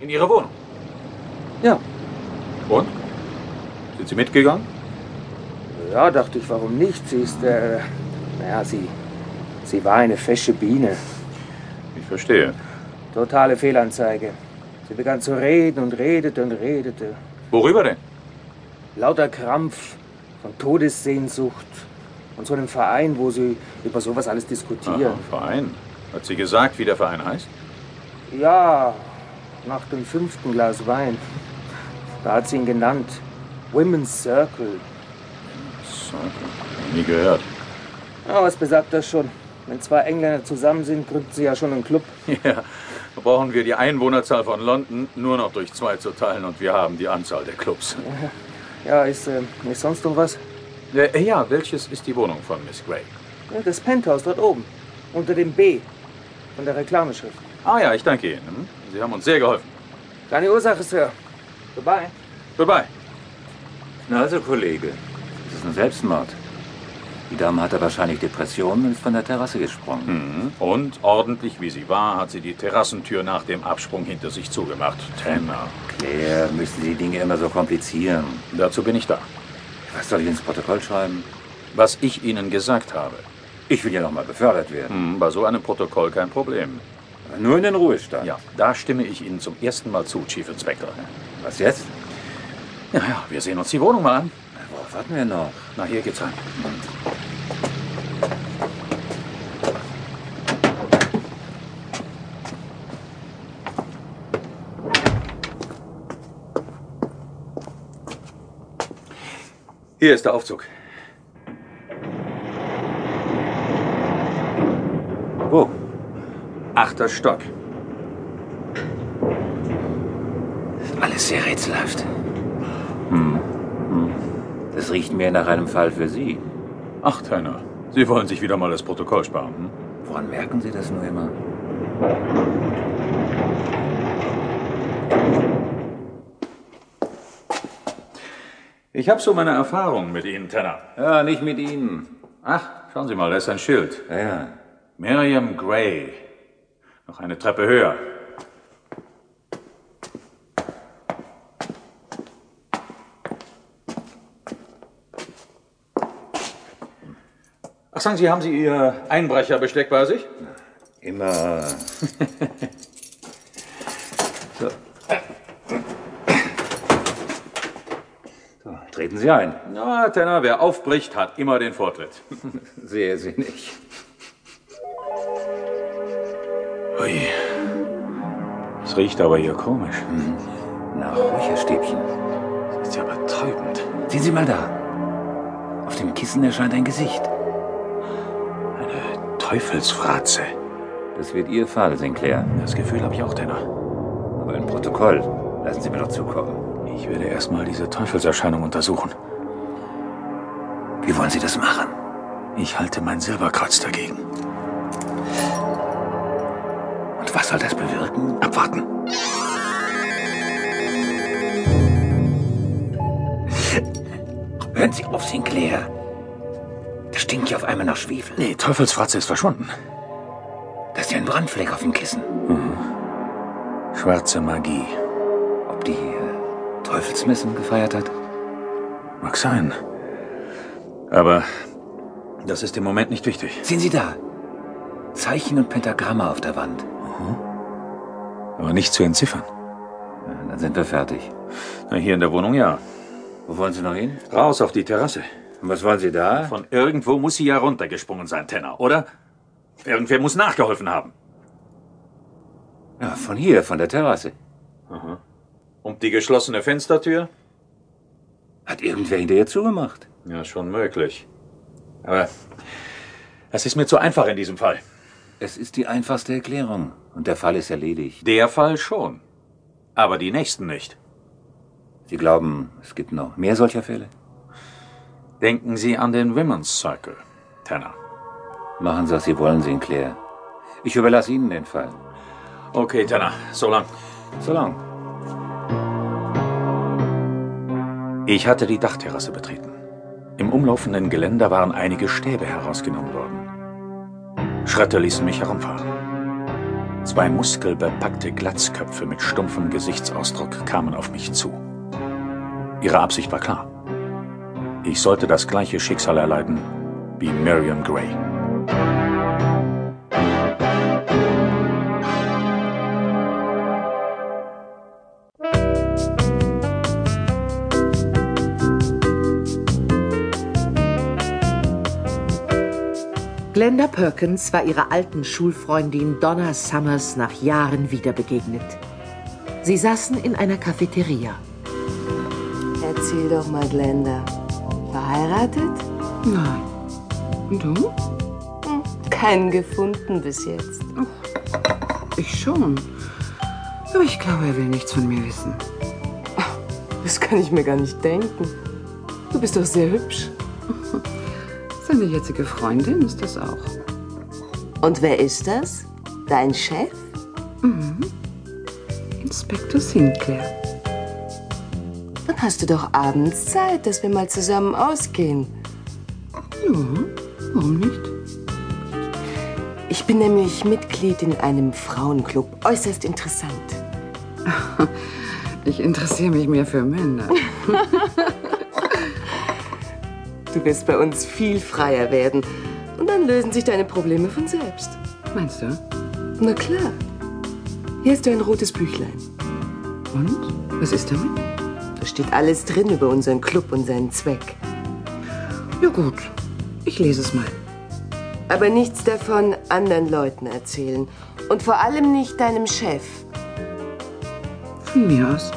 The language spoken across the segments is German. In Ihre Wohnung. Ja. Und? Sind Sie mitgegangen? Ja, dachte ich, warum nicht? Sie ist, äh, naja, sie, sie war eine fesche Biene. Ich verstehe. Totale Fehlanzeige. Sie begann zu reden und redete und redete. Worüber denn? Lauter Krampf von Todessehnsucht und so einem Verein, wo sie über sowas alles diskutieren. Aha, Ah, Verein. Hat sie gesagt, wie der Verein heißt? Ja, nach dem fünften Glas Wein. Da hat sie ihn genannt. Women's Circle. Circle. Nie gehört. Ja, was besagt das schon? Wenn zwei Engländer zusammen sind, gründen sie ja schon einen Club. Ja, da brauchen wir die Einwohnerzahl von London nur noch durch zwei zu teilen und wir haben die Anzahl der Clubs. Ja, ist, äh, ist sonst noch was? Äh, ja, welches ist die Wohnung von Miss Gray? Ja, das Penthouse dort oben, unter dem B von der Reklameschrift. Ah ja, ich danke Ihnen. Hm? Sie haben uns sehr geholfen. Keine Ursache, Sir. Goodbye. Goodbye. Na also, Kollege, das ist ein Selbstmord. Die Dame hatte wahrscheinlich Depressionen und ist von der Terrasse gesprungen. Mhm. Und ordentlich wie sie war, hat sie die Terrassentür nach dem Absprung hinter sich zugemacht. Tenner. Claire, müssen Sie die Dinge immer so komplizieren. Dazu bin ich da. Was soll ich ins Protokoll schreiben? Was ich Ihnen gesagt habe. Ich will ja nochmal befördert werden. Mhm, bei so einem Protokoll kein Problem. Aber nur in den Ruhestand. Ja, da stimme ich Ihnen zum ersten Mal zu, Chief Inspector. Was jetzt? Ja, ja, wir sehen uns die Wohnung mal an. Worauf warten wir noch? Na, hier geht's rein. Hier ist der Aufzug. Wo? Oh. Achter Stock. Alles sehr rätselhaft. Hm. hm. Das riecht mir nach einem Fall für Sie. Ach, Turner, Sie wollen sich wieder mal das Protokoll sparen. Hm? Woran merken Sie das nur immer? Ich habe so meine Erfahrungen mit Ihnen, Tanner. Ja, nicht mit Ihnen. Ach, schauen Sie mal, da ist ein Schild. Ja, ja. Miriam Gray. Noch eine Treppe höher. Ach, sagen Sie, haben Sie Ihr Einbrecherbesteck bei sich? Immer. so. Treten Sie ein. Na, Tenner, wer aufbricht, hat immer den Vortritt. Sehr sinnig. Ui. Es riecht aber hier komisch. Mhm. Nach Räucherstäbchen. Das ist ja betäubend. Sehen Sie mal da. Auf dem Kissen erscheint ein Gesicht. Eine Teufelsfratze. Das wird Ihr Fall, Sinclair. Das Gefühl habe ich auch, Tenner. Aber ein Protokoll. Lassen Sie mir noch zukommen. Ich werde erstmal diese Teufelserscheinung untersuchen. Wie wollen Sie das machen? Ich halte mein Silberkreuz dagegen. Und was soll das bewirken? Abwarten. Hören Sie auf, Sinclair. Das stinkt ja auf einmal nach Schwefel. Nee, Teufelsfratze ist verschwunden. Da ist ja ein Brandfleck auf dem Kissen. Mhm. Schwarze Magie. Ob die äh, Teufelsmessen gefeiert hat? Mag sein. Aber das ist im Moment nicht wichtig. Sehen Sie da. Zeichen und Pentagramme auf der Wand. Mhm. Aber nicht zu entziffern. Ja, dann sind wir fertig. Na, hier in der Wohnung ja. Wo wollen Sie noch hin? Raus auf die Terrasse. Und was wollen Sie da? Von irgendwo muss sie ja runtergesprungen sein, Tenner, oder? Irgendwer muss nachgeholfen haben. Ja, von hier, von der Terrasse. Mhm. Und die geschlossene Fenstertür? Hat irgendwer hinter ihr zugemacht? Ja, schon möglich. Aber das ist mir zu einfach in diesem Fall. Es ist die einfachste Erklärung. Und der Fall ist erledigt. Der Fall schon. Aber die nächsten nicht. Sie glauben, es gibt noch mehr solcher Fälle? Denken Sie an den Women's Circle, Tanner. Machen Sie, was Sie wollen, Sinclair. Ich überlasse Ihnen den Fall. Okay, Tanner. So lang. So lang. Ich hatte die Dachterrasse betreten. Im umlaufenden Geländer waren einige Stäbe herausgenommen worden. Schritte ließen mich herumfahren. Zwei muskelbepackte Glatzköpfe mit stumpfem Gesichtsausdruck kamen auf mich zu. Ihre Absicht war klar. Ich sollte das gleiche Schicksal erleiden wie Miriam Gray. Glenda Perkins war ihrer alten Schulfreundin Donna Summers nach Jahren wieder begegnet. Sie saßen in einer Cafeteria. Erzähl doch mal, Glenda. Verheiratet? Nein. Du? Hm, Keinen gefunden bis jetzt. Ich schon. Aber ich glaube, er will nichts von mir wissen. Das kann ich mir gar nicht denken. Du bist doch sehr hübsch. Seine jetzige Freundin ist das auch. Und wer ist das? Dein Chef? Inspektor Sinclair. Dann hast du doch abends Zeit, dass wir mal zusammen ausgehen. Warum nicht? Ich bin nämlich Mitglied in einem Frauenclub. Äußerst interessant. Ich interessiere mich mehr für Männer. Du wirst bei uns viel freier werden. Und dann lösen sich deine Probleme von selbst. Meinst du? Na klar. Hier hast du ein rotes Büchlein. Und? Was ist damit? Da steht alles drin über unseren Club und seinen Zweck. Ja gut, ich lese es mal. Aber nichts davon anderen Leuten erzählen. Und vor allem nicht deinem Chef. Von mir aus.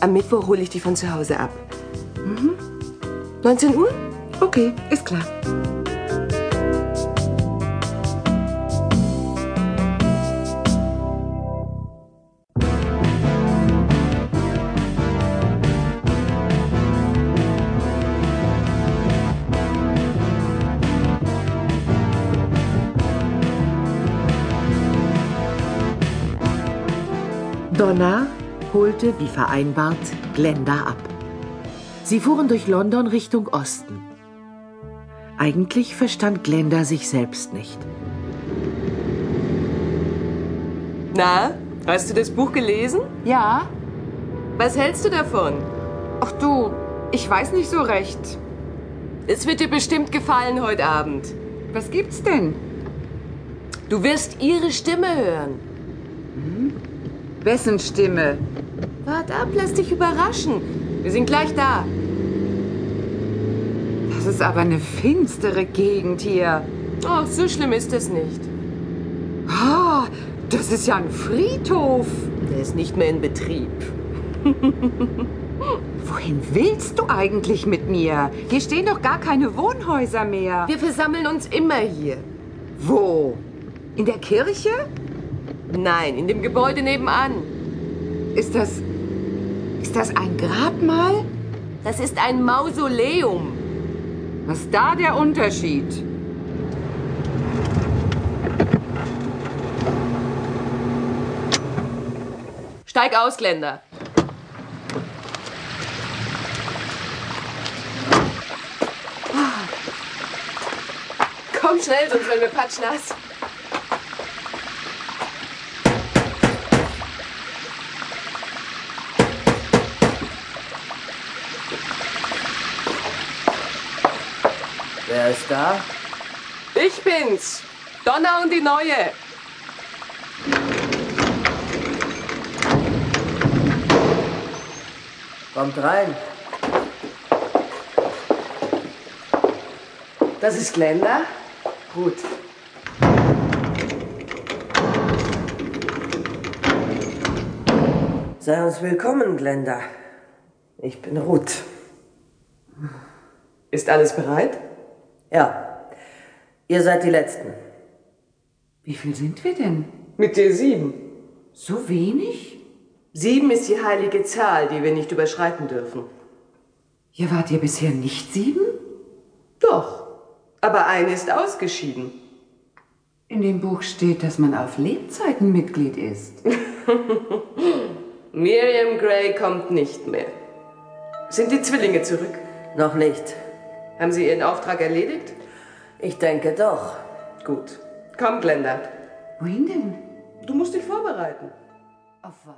Am Mittwoch hole ich dich von zu Hause ab. 19 Uhr? Okay, ist klar. Donna holte, wie vereinbart, Glenda ab. Sie fuhren durch London Richtung Osten. Eigentlich verstand Glenda sich selbst nicht. Na, hast du das Buch gelesen? Ja? Was hältst du davon? Ach du, ich weiß nicht so recht. Es wird dir bestimmt gefallen heute Abend. Was gibt's denn? Du wirst ihre Stimme hören. Wessen Stimme? Wart ab, lass dich überraschen. Wir sind gleich da. Das ist aber eine finstere Gegend hier. Oh, so schlimm ist es nicht. Ah, das ist ja ein Friedhof. Der ist nicht mehr in Betrieb. Wohin willst du eigentlich mit mir? Hier stehen doch gar keine Wohnhäuser mehr. Wir versammeln uns immer hier. Wo? In der Kirche? Nein, in dem Gebäude nebenan. Ist das. Ist das ein Grabmal? Das ist ein Mausoleum. Was ist da der Unterschied? Steig aus, Glenda. Ah. Komm schnell, sonst werden wir patschnass. Wer ist da? Ich bin's. Donna und die Neue. Kommt rein. Das ist Glenda. Gut. Sei uns willkommen, Glenda. Ich bin Ruth. Ist alles bereit? Ja, ihr seid die Letzten. Wie viel sind wir denn? Mit dir sieben. So wenig? Sieben ist die heilige Zahl, die wir nicht überschreiten dürfen. Hier wart ihr bisher nicht sieben? Doch. Aber eine ist ausgeschieden. In dem Buch steht, dass man auf Lebzeiten Mitglied ist. Miriam Gray kommt nicht mehr. Sind die Zwillinge zurück? Noch nicht. Haben sie ihren Auftrag erledigt? Ich denke doch. Gut. Komm, Glenda. Wohin denn? Du musst dich vorbereiten. Auf was?